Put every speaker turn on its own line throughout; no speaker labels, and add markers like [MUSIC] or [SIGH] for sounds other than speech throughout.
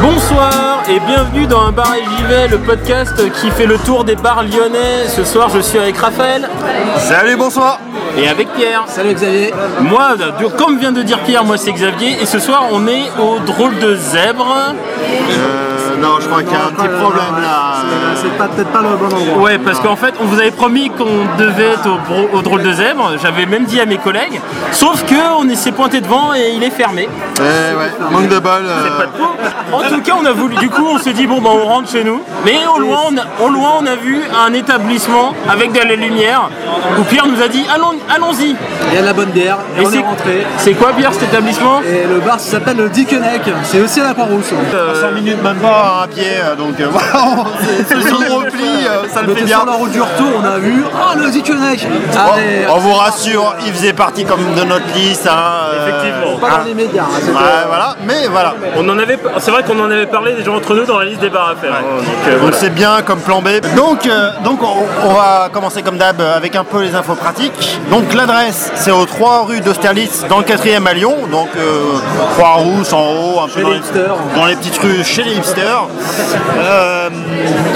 Bonsoir et bienvenue dans Un bar et j'y vais, le podcast qui fait le tour des bars lyonnais. Ce soir, je suis avec Raphaël
Salut, bonsoir
et avec Pierre.
Salut Xavier.
Moi, dur- comme vient de dire Pierre, moi c'est Xavier et ce soir, on est au drôle de zèbre.
euh, Non, je crois qu'il y a un petit problème là.
C'est-
euh,
C'est pas- peut-être pas le bon endroit.
Ouais, parce qu'en fait, on vous avait promis qu'on devait être au, bro- au drôle de zèbre. J'avais même dit à mes collègues, sauf que on s'est pointé devant et il est fermé.
Eh ouais, manque de bol. euh,
En tout cas, on a voulu. Du coup, on s'est dit bon, ben, on rentre chez nous. Mais au loin, on a, au loin, on a vu un établissement avec de la lumière où Pierre nous a dit allons, allons-y.
Il y a de la bonne bière, et
Et
on est
c'est-
rentré.
C'est quoi Pierre cet établissement
Et le bar s'appelle le Dickeneck, c'est aussi à la Croix-Rousse.
Euh,
à 100 minutes même pas à pied, euh, donc euh, [LAUGHS] voilà, c'est- c'est sur le repli, euh, ça le
On
fait
était
bien. Oh,
sur la route du retour, on a vu Ah le Dickeneck
Oh.
Ah,
Allez,
On vous rassure, il faisait partie comme de notre liste. hein, euh,
Effectivement.
pas
hein.
dans les médias. hein, c'était-
Ouais, voilà, mais voilà.
On en avait. C'est vrai qu'on en avait parlé déjà entre nous dans la liste des bars à faire. Donc, euh,
Donc c'est bien comme plan B. Donc, euh, donc on, on va commencer comme d'hab euh, avec un peu les infos pratiques. Donc l'adresse, c'est aux 3 rue d'Austerlitz, dans le 4e à Lyon. Donc euh, Croix-Rousse en haut, un peu
Chez
dans
les hipsters.
dans les petites rues chez les hipsters. Euh,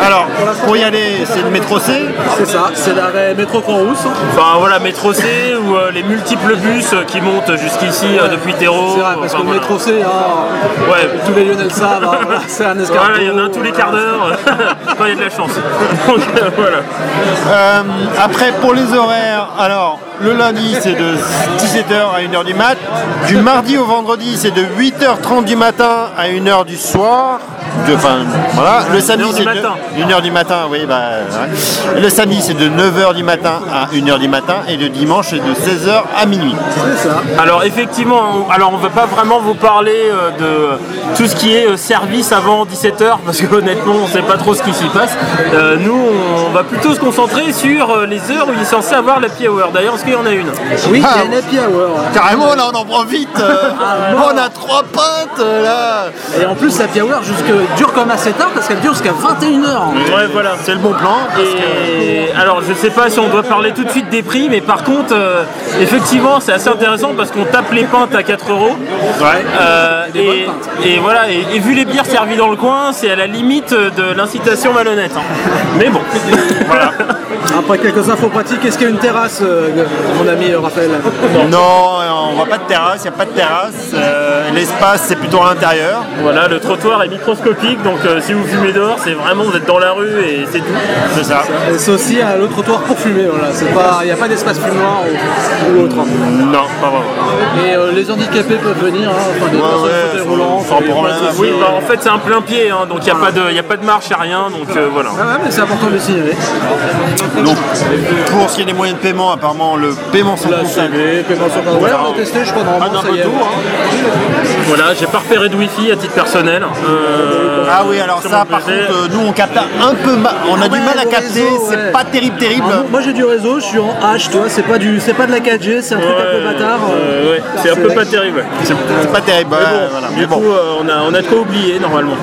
alors pour y aller, c'est le métro C.
C'est ça, c'est l'arrêt métro Croix-Rousse.
Enfin voilà, métro C ou euh, les multiples bus euh, qui montent jusqu'ici euh, depuis Terreau.
C'est vrai, parce
Enfin,
que le
voilà.
métro C, ah,
Ouais.
tous les Lyonnais le savent, hein, voilà, c'est un escargot.
Voilà, il y en a un tous les quarts d'heure, [LAUGHS] quand il y a de la chance. [LAUGHS] Donc, euh, voilà.
Euh, après pour les horaires, alors le lundi c'est de 17h à 1h du mat. Du mardi au vendredi c'est de 8h30 du matin à 1h du soir. De- Enfin voilà. Le samedi
Une heure du
c'est
matin.
1h du matin, oui bah ouais. Le samedi c'est de 9h du matin à 1h du matin et le dimanche c'est de 16h à minuit.
C'est ça.
Alors effectivement, on, alors on va pas vraiment vous parler euh, de tout ce qui est euh, service avant 17h parce que honnêtement on sait pas trop ce qui s'y passe. Euh, nous on va plutôt se concentrer sur euh, les heures où il est censé avoir la hour. D'ailleurs est-ce qu'il y en a une
Oui,
Ah.
il y a une happy hour.
Carrément là on en profite. [LAUGHS] euh, on a trois pintes là.
Et en plus, l'happy hour jusque- dure comme assez tard parce qu'elle dure jusqu'à 21h.
Ouais voilà.
C'est le bon plan.
Et alors je sais pas si on doit parler tout de suite des prix mais par contre euh, effectivement c'est assez intéressant parce qu'on tape les pintes à 4 euros.
Ouais.
Euh,
Des
et,
bonnes pintes.
et voilà, et, et vu les bières servies dans le coin, c'est à la limite de l'incitation malhonnête. hein. Mais
[LAUGHS]
bon, voilà.
Après quelques infos pratiques, est-ce qu'il y a une terrasse, euh, mon ami euh, Raphaël
Non, euh, on voit pas de terrasse, il n'y a pas de terrasse. Euh, L'espace, c'est plutôt à l'intérieur.
Voilà, le trottoir est microscopique, donc euh, si vous fumez dehors, c'est vraiment vous êtes dans la rue et c'est tout.
C'est ça.
Et C'est aussi à l'autre trottoir pour fumer, voilà. C'est pas, il n'y a pas d'espace fumoir ou, ou autre.
Non, pas vraiment.
Et euh, les handicapés peuvent venir, hein, enfin des
Ouais,
personnes
ouais,
fauteuil
sans-
roulant,
sans
il y a pas de
problème.
souci.
Oui, bah, en fait c'est un plein pied, hein, donc il n'y a, pas de- y a pas de marche, il a rien, donc euh, voilà.
Ah ouais, mais c'est important de le signaler.
Donc, pour ce qui est des moyens de paiement, apparemment, le paiement sans compte.
paiement sur Ouais, on a testé, je crois,
Ah,
normalement,
d'un
ça y
peu
est.
tout, hein.
Voilà, j'ai pas repéré de wifi à titre personnel. Euh,
Ah oui, alors
sur
ça,
mon
par
PC.
contre, euh, nous, on capte un peu mal. On a du
Ouais,
mal à
le
capter,
réseau,
c'est
ouais.
pas terrible, terrible.
Ah, moi j'ai du réseau, je suis en H, toi, c'est pas, du, c'est pas de la 4G, c'est un truc un peu
Ouais,
bâtard. hein.
euh, ouais, c'est un peu pas terrible. C'est
C'est pas terrible, ouais, voilà.
Du
Mais bon.
coup, euh, on, a, on a de quoi oublier normalement.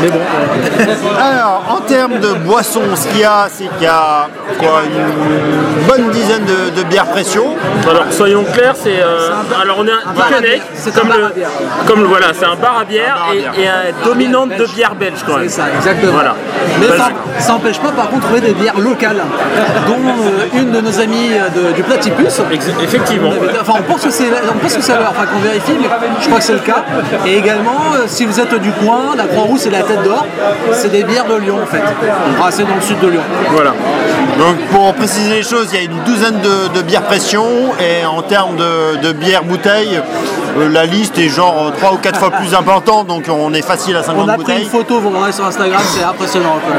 Mais bon, ouais.
Alors, en termes de boissons, ce qu'il y a, c'est qu'il y a quoi, une bonne dizaine de, de bières pression.
Alors soyons clairs, c'est euh, alors on est un,
bar à
Dickeneck,
bière. C'est un
comme
bar
le-
à bière.
comme le- voilà, c'est un bar à bière
bar à
et,
bière.
et un dominante de
belge.
bière belge quand même.
c'est ça, exactement.
Voilà.
Mais
Parce-
ça, ça n'empêche pas par contre de trouver des bières locales, dont euh, une de nos amies euh, de- du Platypus.
Ex- Effectivement.
On avait- Enfin, on pense que c'est, on pense que c'est l'heure, enfin qu'on vérifie, mais je crois que c'est le cas. Et également, euh, si vous êtes du coin, la Croix-Rousse et la Tête d'Or, c'est des bières de Lyon en fait, brassées dans le sud de Lyon.
Voilà.
Donc pour préciser les choses, il y a une douzaine de, de bières pression et en termes de, de bières bouteilles, euh, la liste est genre 3 ou 4 fois plus importante, donc on est facile à
On
50
a pris
bouteilles.
une photo, vous verrez sur Instagram, c'est impressionnant. quoi.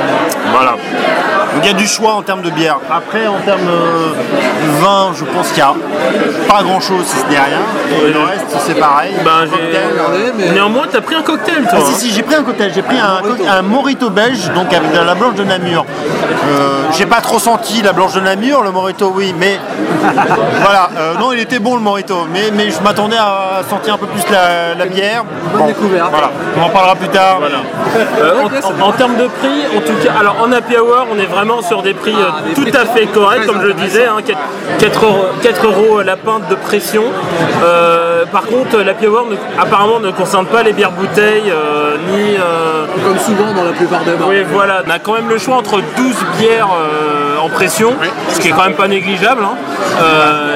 Voilà. Donc il y a du choix en termes de bière. Après, en termes euh, de vin, je pense qu'il n'y a pas grand chose si ce n'est rien. Et le reste, c'est pareil.
Ben, j'ai-
Cocktail, euh,
Regardez, mais-
Néanmoins, t'as pris un cocktail, toi.
ah,
hein.
si, si, j'ai pris un cocktail, j'ai pris un,
Morito.
co- un morito belge, donc avec de la blanche de Namur. Euh, j'ai pas trop senti la blanche de Namur, le morito oui, mais [LAUGHS] voilà, euh, non, il était bon le morito, mais, mais je m'attendais à sentir un peu plus la, la bière.
Bonne découverte.
Voilà, on en parlera plus tard.
Voilà. Euh,
Ah,
en, en- en termes de prix, en tout cas, alors en happy hour, on est vraiment sur des prix euh,
Ah, des
tout
prix
à
très-
fait corrects,
très
comme je le disais, hein, 4, euros, quatre euros, euh, la pinte de pression. Euh, par contre, euh, l'happy hour ne- apparemment ne concerne pas les bières bouteilles, euh, ni. euh,
Comme souvent dans la plupart des bars.
oui, voilà, on a quand même le choix entre 12 bières euh, en pression, ce qui est quand même pas négligeable. hein. Euh,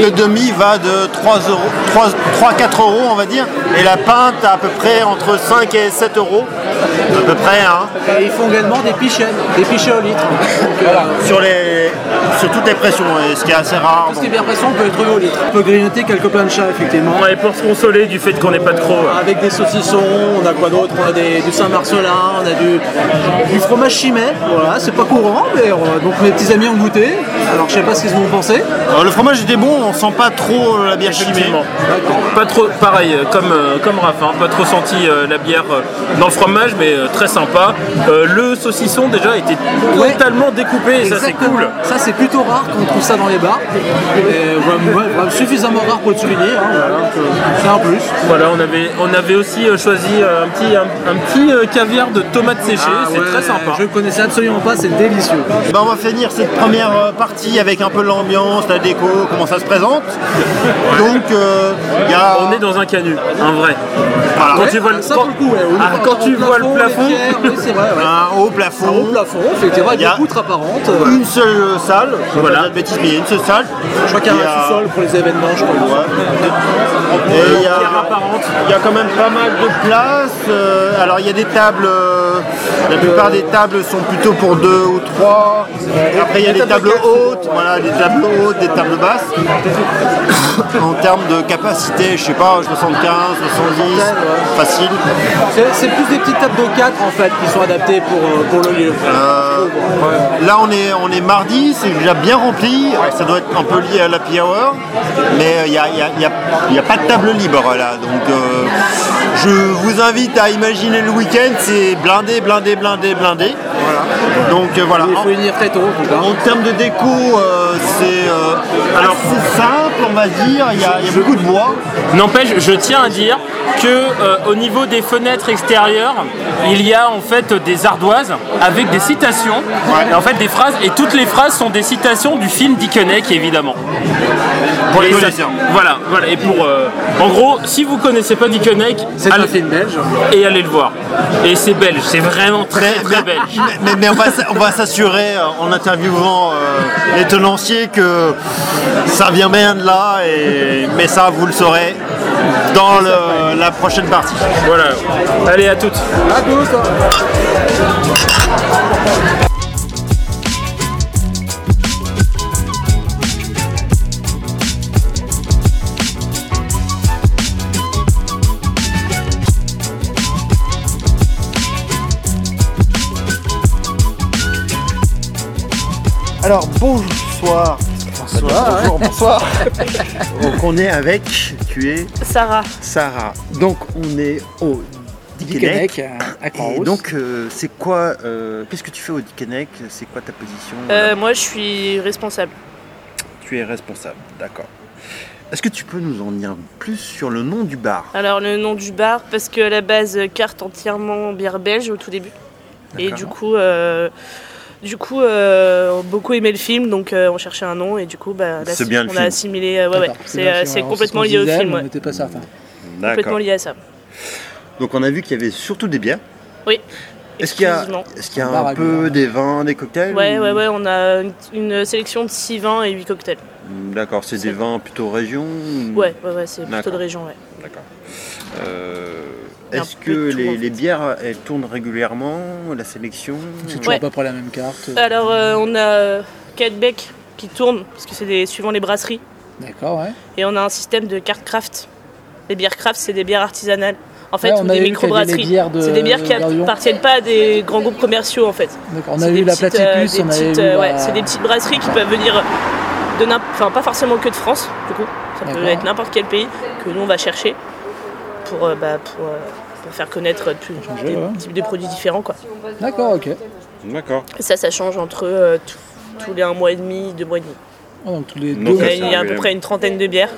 Le demi va de 3 euros, 3, 3, 4 euros on va dire, et la pinte à peu près entre 5 et 7 euros, à peu près, hein,
Et ils font également des pichets, des pichets au litre. Donc, euh,
sur, les, sur toutes les pressions, et ce qui est assez rare.
tout ce
donc.
qui est bien pressant, on peut les trouver au litre. On peut grignoter quelques plats de chat, effectivement.
Ouais, pour se consoler du fait qu'on n'est pas de crocs. euh. ouais.
Avec des saucissons, on a quoi d'autre On a des- du Saint-Marcelin, on a du, du fromage chimay. Voilà, c'est pas courant, mais euh, donc mes petits amis ont goûté. Alors je sais pas ce qu'ils en ont pensé.
Alors, Euh, le fromage était bon, on sent pas trop euh, la bière chimée.
Effectivement. Pas trop, pareil, euh, comme, euh, comme Raph, hein, pas trop senti euh, la bière euh, dans le fromage, mais euh, très sympa. Euh, le saucisson déjà était
Ouais.
totalement découpé, et ça c'est
Exactement.
cool.
Ça c'est plutôt rare qu'on trouve ça dans les bars. Et, ouais, ouais, ouais, suffisamment rare pour le souligner. hein, voilà, donc, euh, c'est un plus.
Voilà, on avait, on avait aussi euh, choisi euh, un petit, un, un petit euh, caviar de tomates séchées, Ah, c'est
Ah Ouais,
très sympa.
Je le connaissais absolument pas, c'est délicieux.
Ben, on va finir cette première euh, partie avec un peu l'ambiance, la déco, comment ça se présente. Donc, euh, il y a...
On est dans un canut, un vrai.
Voilà.
Quand
Ouais,
tu vois le,
ça,
quand,
pour le coup, ouais, on
ah,
voit
quand
encore
tu vois le plafond, Ah.
les pierres, oui, c'est vrai, ouais.
un haut plafond,
Un haut plafond, effectivement, avec
Il y a-
des poutres apparentes.
une seule euh, salle, je
Voilà.
voilà. pas dire de bêtises, mais il y a une seule salle.
Je crois qu'il y
Il y
a un sous-sol pour les événements, je crois.
Ouais. Et il y a-
pierre apparente.
il y a quand même pas mal de place. euh, alors il y a des tables, euh, la plupart des tables sont plutôt pour deux ou trois. Après il y a des tables hautes, voilà, des tables hautes, des tables basses. en termes de capacité, je sais pas, 75, 70, facile.
C'est- C'est plus des petites tables de 4 en fait qui sont adaptées pour, euh, pour le lieu.
Euh, là on est, on est mardi, c'est déjà bien rempli, ça doit être un peu lié à la hour, mais il n'y a, il y a- il y a- il y a pas de table libre là, donc euh, je vous invite à imaginer le week-end, c'est blindé, blindé, blindé, blindé. Donc euh, voilà.
Il faut
En,
venir très tôt en tout cas.
en termes de déco, euh, c'est euh, alors c'est simple on va dire, il y a, il y a beaucoup de bois.
N'empêche, je tiens à dire que euh, au niveau des fenêtres extérieures, il y a en fait des ardoises avec des citations, et en fait des phrases, et toutes les phrases sont des citations du film Dickeneck évidemment. Pour les
connaisseurs.
Voilà, voilà. Et pour, euh, en gros, si vous connaissez pas Dickeneck,
C'est un
allez,
film belge.
et allez le voir. Et c'est belge, c'est vraiment très très belge.
Mais, mais- mais on va, s- on va s'assurer euh, en interviewant euh, les tenanciers que ça vient bien de là, et, mais ça vous le saurez dans le- la prochaine partie.
Voilà. Allez à toutes.
À tous. hein.
Alors bonsoir. Bonsoir. Bonjour, bonsoir. [LAUGHS] Donc on est avec, tu es
Sarah.
Sarah. Donc on est au Dickeneck.
Québec, à
Et
Croix-Rousse.
donc euh, c'est quoi, euh, qu'est-ce que tu fais au Dickeneck C'est quoi ta position
Euh, moi, je suis responsable.
Tu es responsable, d'accord. Est-ce que tu peux nous en dire plus sur le nom du bar
Alors, le nom du bar, parce que à la base, euh, carte entièrement bière belge au tout début. Et
D'accord.
du coup, euh, du coup euh, on a beaucoup aimé le film, donc euh, on cherchait un nom. Et du coup, bah, là,
C'est bien le
on a
film.
assimilé. euh, ouais, ouais,
D'accord,
c'est
bien,
euh, c'est
on-
complètement
ce qu'on
lié au
disait,
film.
mais On
ouais.
n'était pas certain.
Complètement lié à ça.
Donc on a vu qu'il y avait surtout des bières.
Oui.
Est-ce qu'il y a,
exclusivement.
est-ce qu'il y a
Bar
un
à
peu des vins, des cocktails
Ouais,
ou-
ouais, ouais, on a une, une sélection de 6 vins et 8 cocktails.
D'accord, c'est des
C'est-
vins plutôt région ou-
Ouais, ouais, ouais, c'est plutôt
Hmm. D'accord.
de région, ouais.
D'accord. Euh,
Il y a
est-ce
un peu
que
de tout, en
les,
fait.
les bières, elles tournent régulièrement La sélection
C'est toujours
Ouais.
à peu près la même carte.
Alors, euh, on a 4 becs qui tournent, parce que c'est des- suivant les brasseries.
D'accord, ouais.
Et on a un système de cartes craft. Les bières craft, c'est des bières artisanales. en fait,
Ouais, on
ou
avait
des
vu qu'il y avait des
microbrasseries.
bières de-
C'est des bières qui
vers Lyon.
appartiennent pas à des grands groupes commerciaux en fait.
Donc, on
C'est
a
des
eu la
petites, euh,
Platypus,
des
on a eu
petites, euh, ouais,
la-
c'est des petites brasseries qui peuvent venir de n'im- enfin pas forcément que de France, du coup, ça peut
D'accord.
être n'importe quel pays que nous on va chercher pour, euh, bah, pour, euh, pour faire connaître euh, tout- des
ouais.
types de produits différents quoi. euh,
D'accord, ok.
D'accord.
Et ça, ça change entre euh, tout- tous les un mois et demi, deux mois et demi.
Ah, donc tous les deux.
Donc,
Il y a,
ça,
il y a à
mais-
peu près une trentaine de bières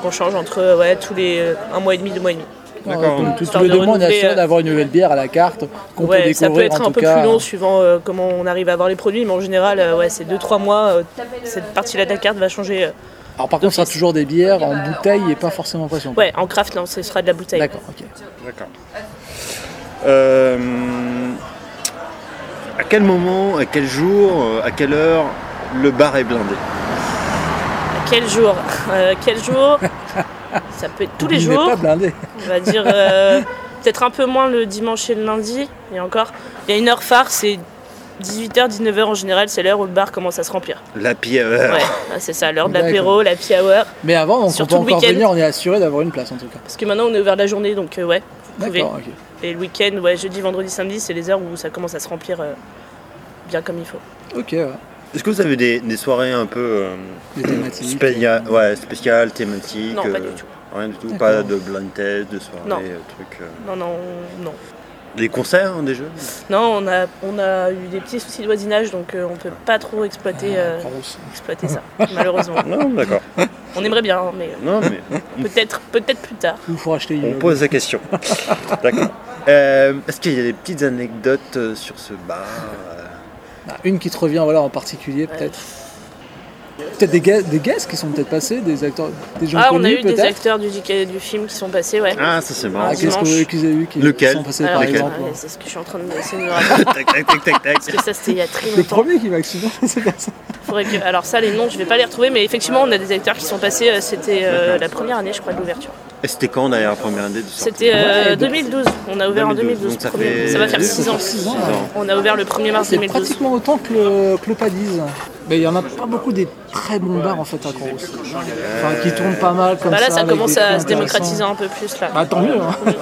qu'on change entre euh, ouais, tous les euh, un mois et demi, deux mois et demi.
D'accord.
donc, tous- tous
Histoire
les
de
deux mois, on est
renouveler,
assuré
euh,
d'avoir une nouvelle bière à la carte qu'on peut
Ouais, ça peut
découvrir
être
en
un
tout
peu
cas.
plus long suivant euh, comment on arrive à avoir les produits, mais en général, euh, ouais, c'est 2-3 mois. euh, cette partie-là de la carte va changer. euh.
Alors par contre, ce sera toujours des bières en bouteille et pas forcément pression.
Ouais, en craft, non, ce sera de la bouteille.
D'accord, ok.
D'accord. Euh, à quel moment, à quel jour, euh, à quelle heure le bar est blindé
Quel jour Euh, Quel
[LAUGHS]
jour Ça peut être tous les
Il n'est
jours.
pas blindé.
On va dire euh, peut-être un peu moins le dimanche et le lundi. Et encore, il y a une heure phare, c'est 18h, 19h en général, c'est l'heure où le bar commence à se remplir.
La pierre.
Ouais, c'est ça, l'heure de
Ah. D'accord.
l'apéro, la happy hour.
Mais avant, donc, on peut
Surtout le
encore
week-end.
venir, on est assuré d'avoir une place en tout cas.
Parce que maintenant on est ouvert la journée, donc euh, ouais, vous pouvez.
D'accord, ok.
Et le week-end, ouais, jeudi, vendredi, samedi, c'est les heures où ça commence à se remplir euh, bien comme il faut.
Ok, ouais.
Est-ce que vous avez des, des soirées un peu euh,
Des thématiques.
spécia- ouais, spéciales, thématiques
Non, pas
euh,
du tout.
Rien du tout,
D'accord.
pas de blind test, de soirée,
Non.
euh, trucs. euh,
Non, non, on- non.
Des concerts, hein, des jeux
Non, on a, on a eu des petits soucis de voisinage, donc euh, on peut pas trop exploiter, euh,
Grosse.
exploiter ça, malheureusement.
Non, d'accord.
On aimerait bien, hein, mais
[LAUGHS] Non, mais
peut-être peut-être plus tard.
Ou faut acheter euh,
on
une.
pose la [LAUGHS] question. D'accord. Euh, Est-ce qu'il y a des petites anecdotes euh, sur ce bar euh,
Ah, une qui te revient voilà, en particulier peut-être. Peut-être des, guests- des guests qui sont peut-être passés, des acteurs, des gens
Ah, on a
connus
eu des
peut-être.
acteurs du, du film qui sont passés, ouais.
Ah, ça c'est marrant.
Ah,
Ah, Qu'est-ce qu'on-
dimanche.
qu'ils avaient vu qui
Lequel
sont passés
Alors,
par
Lequel
exemple hein.
ouais, c'est ce que je suis en train de essayer de me rappeler.
Ah, tac, tac, tac, tac, tac.
Parce que ça, c'était il y a très
Le
longtemps.
premier qui m'a accidenté, [LAUGHS] c'est pas ça.
Faudrait que- Alors, ça, les noms, je vais pas les retrouver, mais effectivement, on a des acteurs qui sont passés. euh, C'était euh, la première année, je crois, de l'ouverture.
Et c'était quand d'ailleurs la première année de sortie
C'était euh,
Ouais, donc-
2012. On a ouvert
2012,
en 2012.
donc ça
premier-
fait-
va faire
Oui,
6 ans.
six ans,
ouais.
On a ouvert le 1er mars
C'est
2012.
pratiquement autant que le, que le Paddy's. Mais il n'y en a pas beaucoup des très bons bars en fait à Coros. Enfin, qui tournent pas mal comme
Bah là, ça
avec
commence
des
à
trucs
se démocratiser
intéressants.
un peu plus là.
Bah, tant mieux, hein.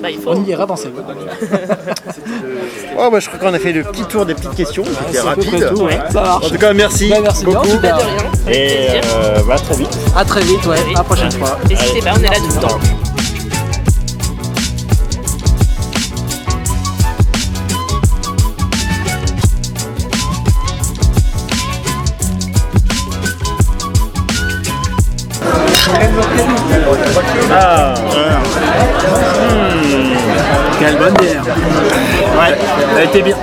Bah, il faut.
on y ira dans ces bars.
Oh, bah, je crois qu'on a fait le
Ah,
petit tour des petites questions. C'était
C'est à peu près
rapide.
tout, ouais. Ça
En
marche.
tout cas, merci.
Bah, merci bien,
beaucoup.
en tout cas.
Et euh, bah, à très vite.
À très vite, ouais.
vite.
À la prochaine fois.
N'hésitez pas, Bah, on est là tout le temps.
Quelle bonne bière Ouais, elle était bien.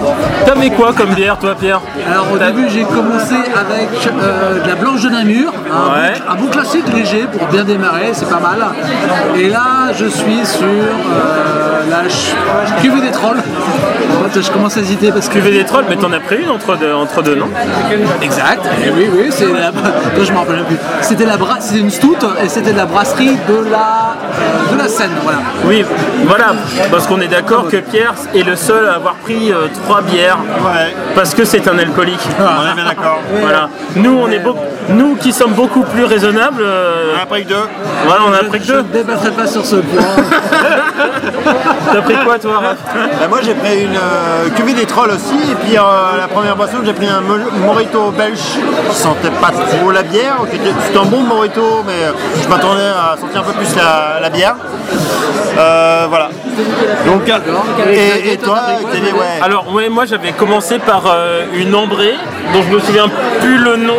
T'avais quoi comme bière, toi, Pierre
Alors au début j'ai commencé avec euh, de la blanche de Namur, un,
Ouais.
bon, un bon classique léger pour bien démarrer, c'est pas mal. Et là je suis sur euh, la ch- cuvée des trolls. En fait, je commence à hésiter parce que
Tu fais des trolls, mais t'en as pris une entre deux, entre deux non
Exact, et oui, oui, c'est la... [LAUGHS] Toi, je m'en rappelle plus. C'était la bra... c'était une stout et c'était de la brasserie de la, de la Seine, voilà.
Oui, voilà, parce qu'on est d'accord que Pierre est le seul à avoir pris euh, trois bières
Ouais,
parce que c'est un alcoolique.
on est bien d'accord.
Voilà. Nous, on est beaucoup, nous qui sommes beaucoup plus raisonnables, euh,
Après que deux,
voilà, on a pris que
Je ne
deux.
débattrai pas sur ce point.
T'as pris quoi, toi Raph
Bah, moi j'ai pris une euh, cuvée des trolls aussi, et puis euh, la première boisson j'ai pris un mo- morito belge qui sentait pas trop la bière, qui était- c'était un bon morito, mais euh, je m'attendais à sentir un peu plus la, la bière. Euh, voilà. Donc, et, et toi, t'es dit, ouais.
[LAUGHS] Alors ouais, moi j'avais commencé par euh, une ambrée, dont je me souviens plus le nom.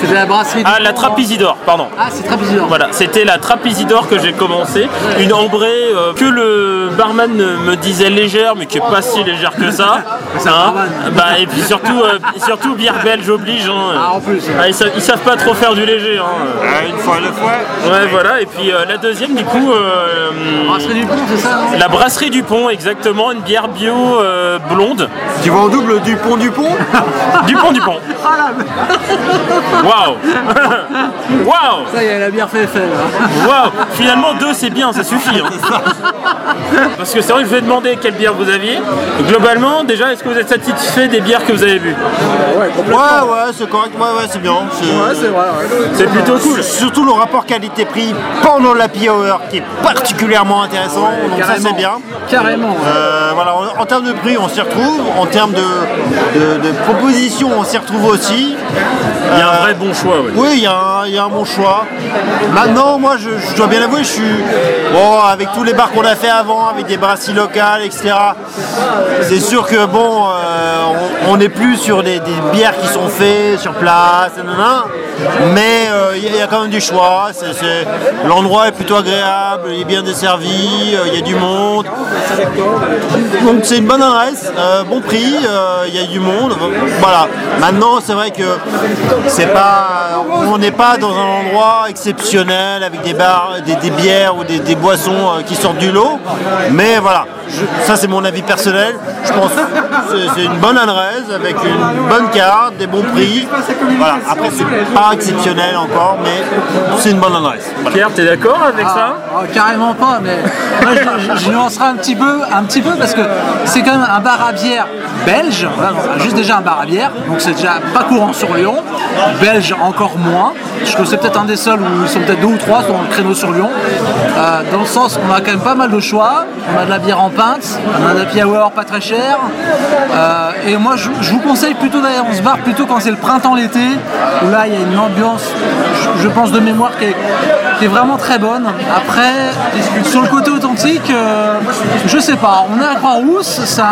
C'était la brasserie. du-
Ah, la Trapisidor, pardon.
Ah, c'est très bizarre.
Voilà, c'était la Trapisidor que j'ai commencé. Une ambrée euh, que le barman me disait légère, mais qui est pas si légère que ça.
un
Hein
barman.
bah, et puis surtout, euh, [LAUGHS] surtout bière belge oblige. hein.
Ah, en plus.
Ah, ils, savent, ils savent pas trop faire du léger. hein.
Ah, une fois à la fois.
Ouais, voilà. Et puis euh, la deuxième, du coup, euh,
Brasserie du pont, c'est ça hein non
la brasserie du pont, exactement, une bière bio euh, blonde.
Tu vas en double du pont du pont
[LAUGHS]
Dupont, Dupont.
Ah, la-
Waouh Waouh [LAUGHS]
Ça y est, elle a bien fait FM. hein.
Waouh Finalement, deux, c'est bien, ça suffit. hein. Parce que c'est vrai que je vous ai demandé quelle bière vous aviez. Globalement, déjà, est-ce que vous êtes satisfait des bières que vous avez bues
Ouais, ouais, c'est correct, ouais, ouais, c'est bien.
Ouais, c'est vrai. ouais.
C'est plutôt cool.
Surtout le rapport qualité-prix pendant l'happy hour E qui est particulièrement intéressant, donc ça c'est bien.
Carrément. ouais.
Euh, voilà, en, en termes de prix, on s'y retrouve. En termes de, de- de propositions, on s'y retrouve aussi. Euh,
Il y a un vrai bon choix, ouais.
Oui, il y, a un- il y a un bon choix. Maintenant, moi, je, je dois bien avouer, je suis. Bon, avec tous les bars qu'on a fait avant, avec des brasseries locales, etc. C'est sûr que, bon, euh, on- on n'est plus sur des, des bières qui sont faites sur place, nanana. mais euh, il y, a- il y a quand même du choix. C'est- c'est- L'endroit est plutôt agréable, il est bien desservi, euh, il y a du monde. Donc c'est une bonne adresse, euh, bon prix, euh, il y a du monde, voilà. Maintenant c'est vrai que c'est pas, on n'est pas dans un endroit exceptionnel avec des bars, des, des bières ou des, des boissons euh, qui sortent du lot, mais voilà. Je- ça c'est mon avis personnel. Je pense que c'est- c'est une bonne adresse avec une bonne carte, des bons prix. Voilà. Après c'est pas exceptionnel encore, mais c'est une bonne adresse. Voilà.
Pierre, t'es d'accord avec ça
Ah, carrément pas, mais moi, je, je- je nuancerai un petit peu, un petit peu parce que c'est quand même un bar à bière belge, enfin, non, juste déjà un bar à bière, donc c'est déjà pas courant sur Lyon, belge encore moins. Je trouve que c'est peut-être un des seuls où ils sont peut-être deux ou trois dans le créneau sur Lyon, Euh, dans le sens qu'on a quand même pas mal de choix. On a de la bière en pinte, on a un happy hour pas très cher, Euh, et moi je, je vous conseille plutôt d'aller dans ce bar plutôt quand c'est le printemps-l'été où là il y a une ambiance, je, je pense de mémoire qui est qui est vraiment très bonne. Après, sur le côté authentique, euh, je sais pas. On est à Croix-Rousse, ça,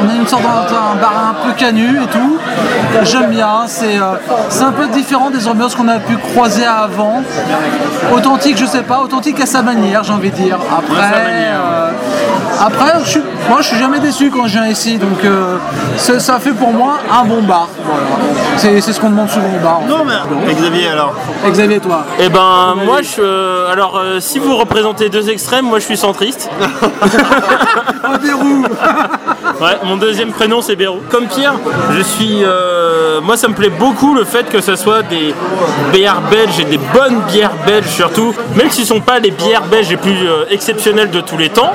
on a une sorte d'un d'un bar un peu canu et tout. J'aime bien. C'est euh, c'est un peu différent des ambiances qu'on a pu croiser avant. Authentique, je sais pas. Authentique à sa manière, j'ai envie de dire. Après. euh, après, je suis, moi je suis jamais déçu quand je viens ici, donc euh, c'est- ça fait pour moi un bon bar. Voilà. C'est c'est ce qu'on demande souvent au bar. en fait.
Non mais Xavier alors.
Et Xavier, toi
Eh ben, moi, je. euh, Alors, euh, si vous représentez deux extrêmes, moi, je suis centriste. Ouais, mon deuxième prénom c'est Bérou. Comme Pierre, je suis. euh, moi, ça me plaît beaucoup le fait que ce soit des bières belges et des bonnes bières belges surtout. Même s'ils sont pas les bières belges les plus euh, exceptionnelles de tous les temps,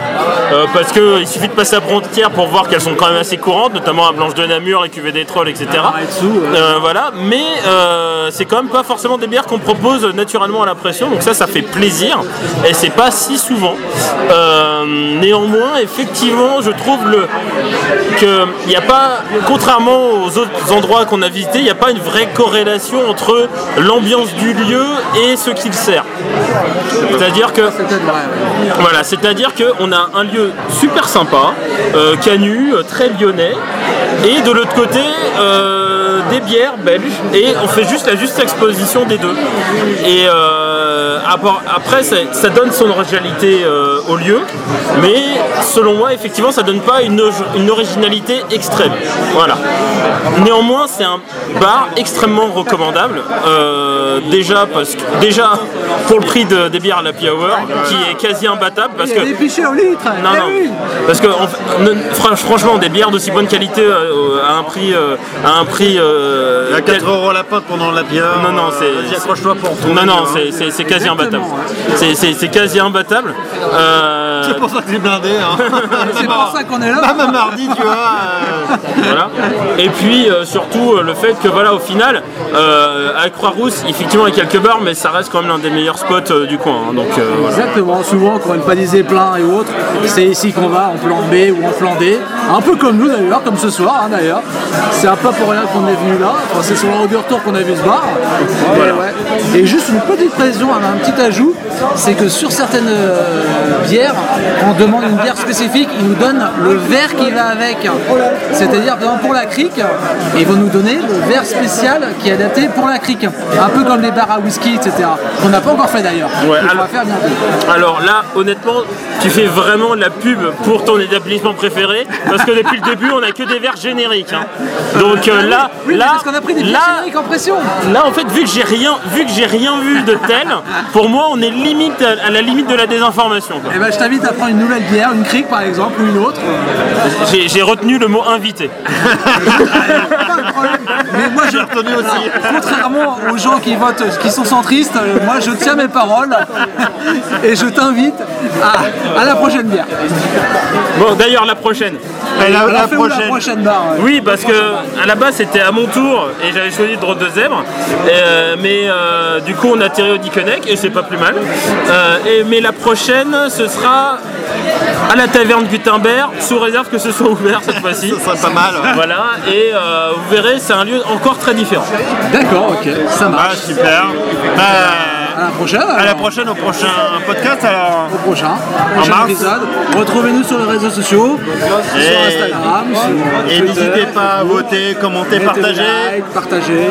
euh, parce que il suffit de passer à frontière pour voir qu'elles sont quand même assez courantes, notamment à Blanche de Namur, et cuvée des Trolls, etc. Euh, voilà, mais euh, c'est quand même pas forcément des bières qu'on propose naturellement à la pression, donc ça, ça fait plaisir et c'est pas si souvent. Euh, néanmoins, effectivement, je trouve le que il n'y a pas, contrairement aux autres endroits qu'on a visités, il n'y a pas une vraie corrélation entre l'ambiance du lieu et ce qu'il sert. C'est-à-dire que
Peut-être vrai, ouais.
voilà, c'est-à-dire qu'on a un lieu super sympa, euh, canu, euh, très lyonnais, et de l'autre côté, euh, des bières belges, et on fait juste la juste exposition des deux. Et euh, appor- après, ça, ça donne son originalité euh, au lieu, mais selon moi, effectivement, ça donne pas une, oge- une originalité extrême. Voilà. Néanmoins, c'est un bar extrêmement recommandable. Euh, déjà, parce que, déjà pour le prix de- des bières à la Hour, qui est quasi imbattable parce
Il y a
que
des pichets au litre Eh
non,
t'as
non.
vu
Parce que en fait, ne- fran- franchement, des bières d'aussi bonne qualité euh, à un prix, euh, à un prix. euh,
Il y a
quel-
4 euros la pote pendant la bière.
Non, non, c'est-
Vas-y, accroche-toi pour retourner.
Non, non,
hein.
c'est- c'est c'est quasi imbattable.
Exactement,
C'est- C'est c'est quasi imbattable. Euh,
C'est pour ça que j'ai blindé. Hein.
C'est pour ça qu'on est là.
[LAUGHS] Même un mardi, tu vois. euh,
Voilà. Et puis euh, surtout euh, le fait que voilà au final euh, à Croix-Rousse effectivement il y a quelques bars mais ça reste quand même l'un des meilleurs spots euh, du coin hein. donc euh, voilà.
Exactement, souvent quand on pas des plein et autres, c'est ici qu'on va en plan B ou en plan D, un peu comme nous d'ailleurs, comme ce soir hein, d'ailleurs. C'est un pas pour rien qu'on est venu là, Enfin, c'est sur le haut du retour qu'on a vu ce bar. Et, ouais. Et juste une petite précision, un un petit ajout, c'est que sur certaines euh, bières, quand on demande une bière spécifique, ils nous donnent le verre qui va avec. C'est-à-dire par exemple, pour la crique, ils vont nous donner le verre spécial qui est adapté pour la crique. Un peu comme les bars à whisky, etc. Qu'on n'a pas encore fait d'ailleurs.
Ouais,
On
alors-
va faire bientôt.
Alors là, honnêtement, tu fais vraiment de la pub pour ton établissement préféré parce que depuis le début, on a que des verres génériques. hein. Donc euh, là,
Oui, mais
là,
parce qu'on a pris des
là,
génériques en pression.
là, en fait, vu que j'ai rien, vu que j'ai rien vu de tel, Pour moi, on est limite à, à la limite de la désinformation. quoi.
Et ben, je t'invite à prendre une nouvelle bière, une crique par exemple, ou une autre.
J'ai j'ai retenu le mot invité.
[LAUGHS] Pas de problème. Mais moi, je retenu aussi. Contrairement aux gens qui votent, qui sont centristes, euh, moi, je tiens mes paroles et je t'invite à, à la prochaine bière.
Bon, d'ailleurs, la prochaine.
Et Eh, la,
Alors,
la
fais-nous
prochaine.
la prochaine barre. euh.
Oui, parce que à la base c'était à mon tour et j'avais choisi Drôle de zèbre, Euh, mais euh, du coup on a tiré au Dickeneck et c'est pas plus mal. Euh, et, mais la prochaine ce sera à la taverne Gutenberg, sous réserve que ce soit ouvert cette fois-ci.
[LAUGHS] Ce serait pas mal.
Voilà, et euh, vous verrez, c'est un lieu encore très différent.
D'accord, ok, ça marche.
Ah, super. Bah,
À la prochaine.
à la
alors.
prochaine, au prochain podcast alors.
Au prochain, prochain
mars.
épisode. Retrouvez-nous sur les réseaux sociaux, sur
Et-
Instagram, sur
Et
Twitter.
n'hésitez pas à voter, commenter,
Mettez des
partager.
likes, partagez.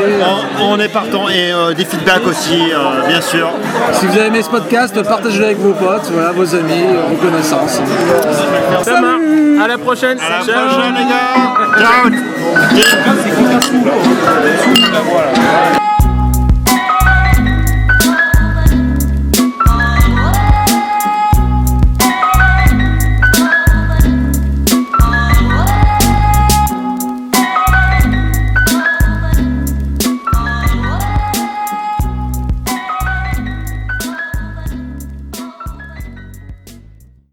On, on est partant et euh, des feedbacks aussi, euh, bien sûr.
Si vous avez aimé ce podcast, partagez-le avec vos potes, voilà, vos amis, vos connaissances.
Ça marche. À la prochaine.
À la
Ciao.
prochaine les gars. Ciao.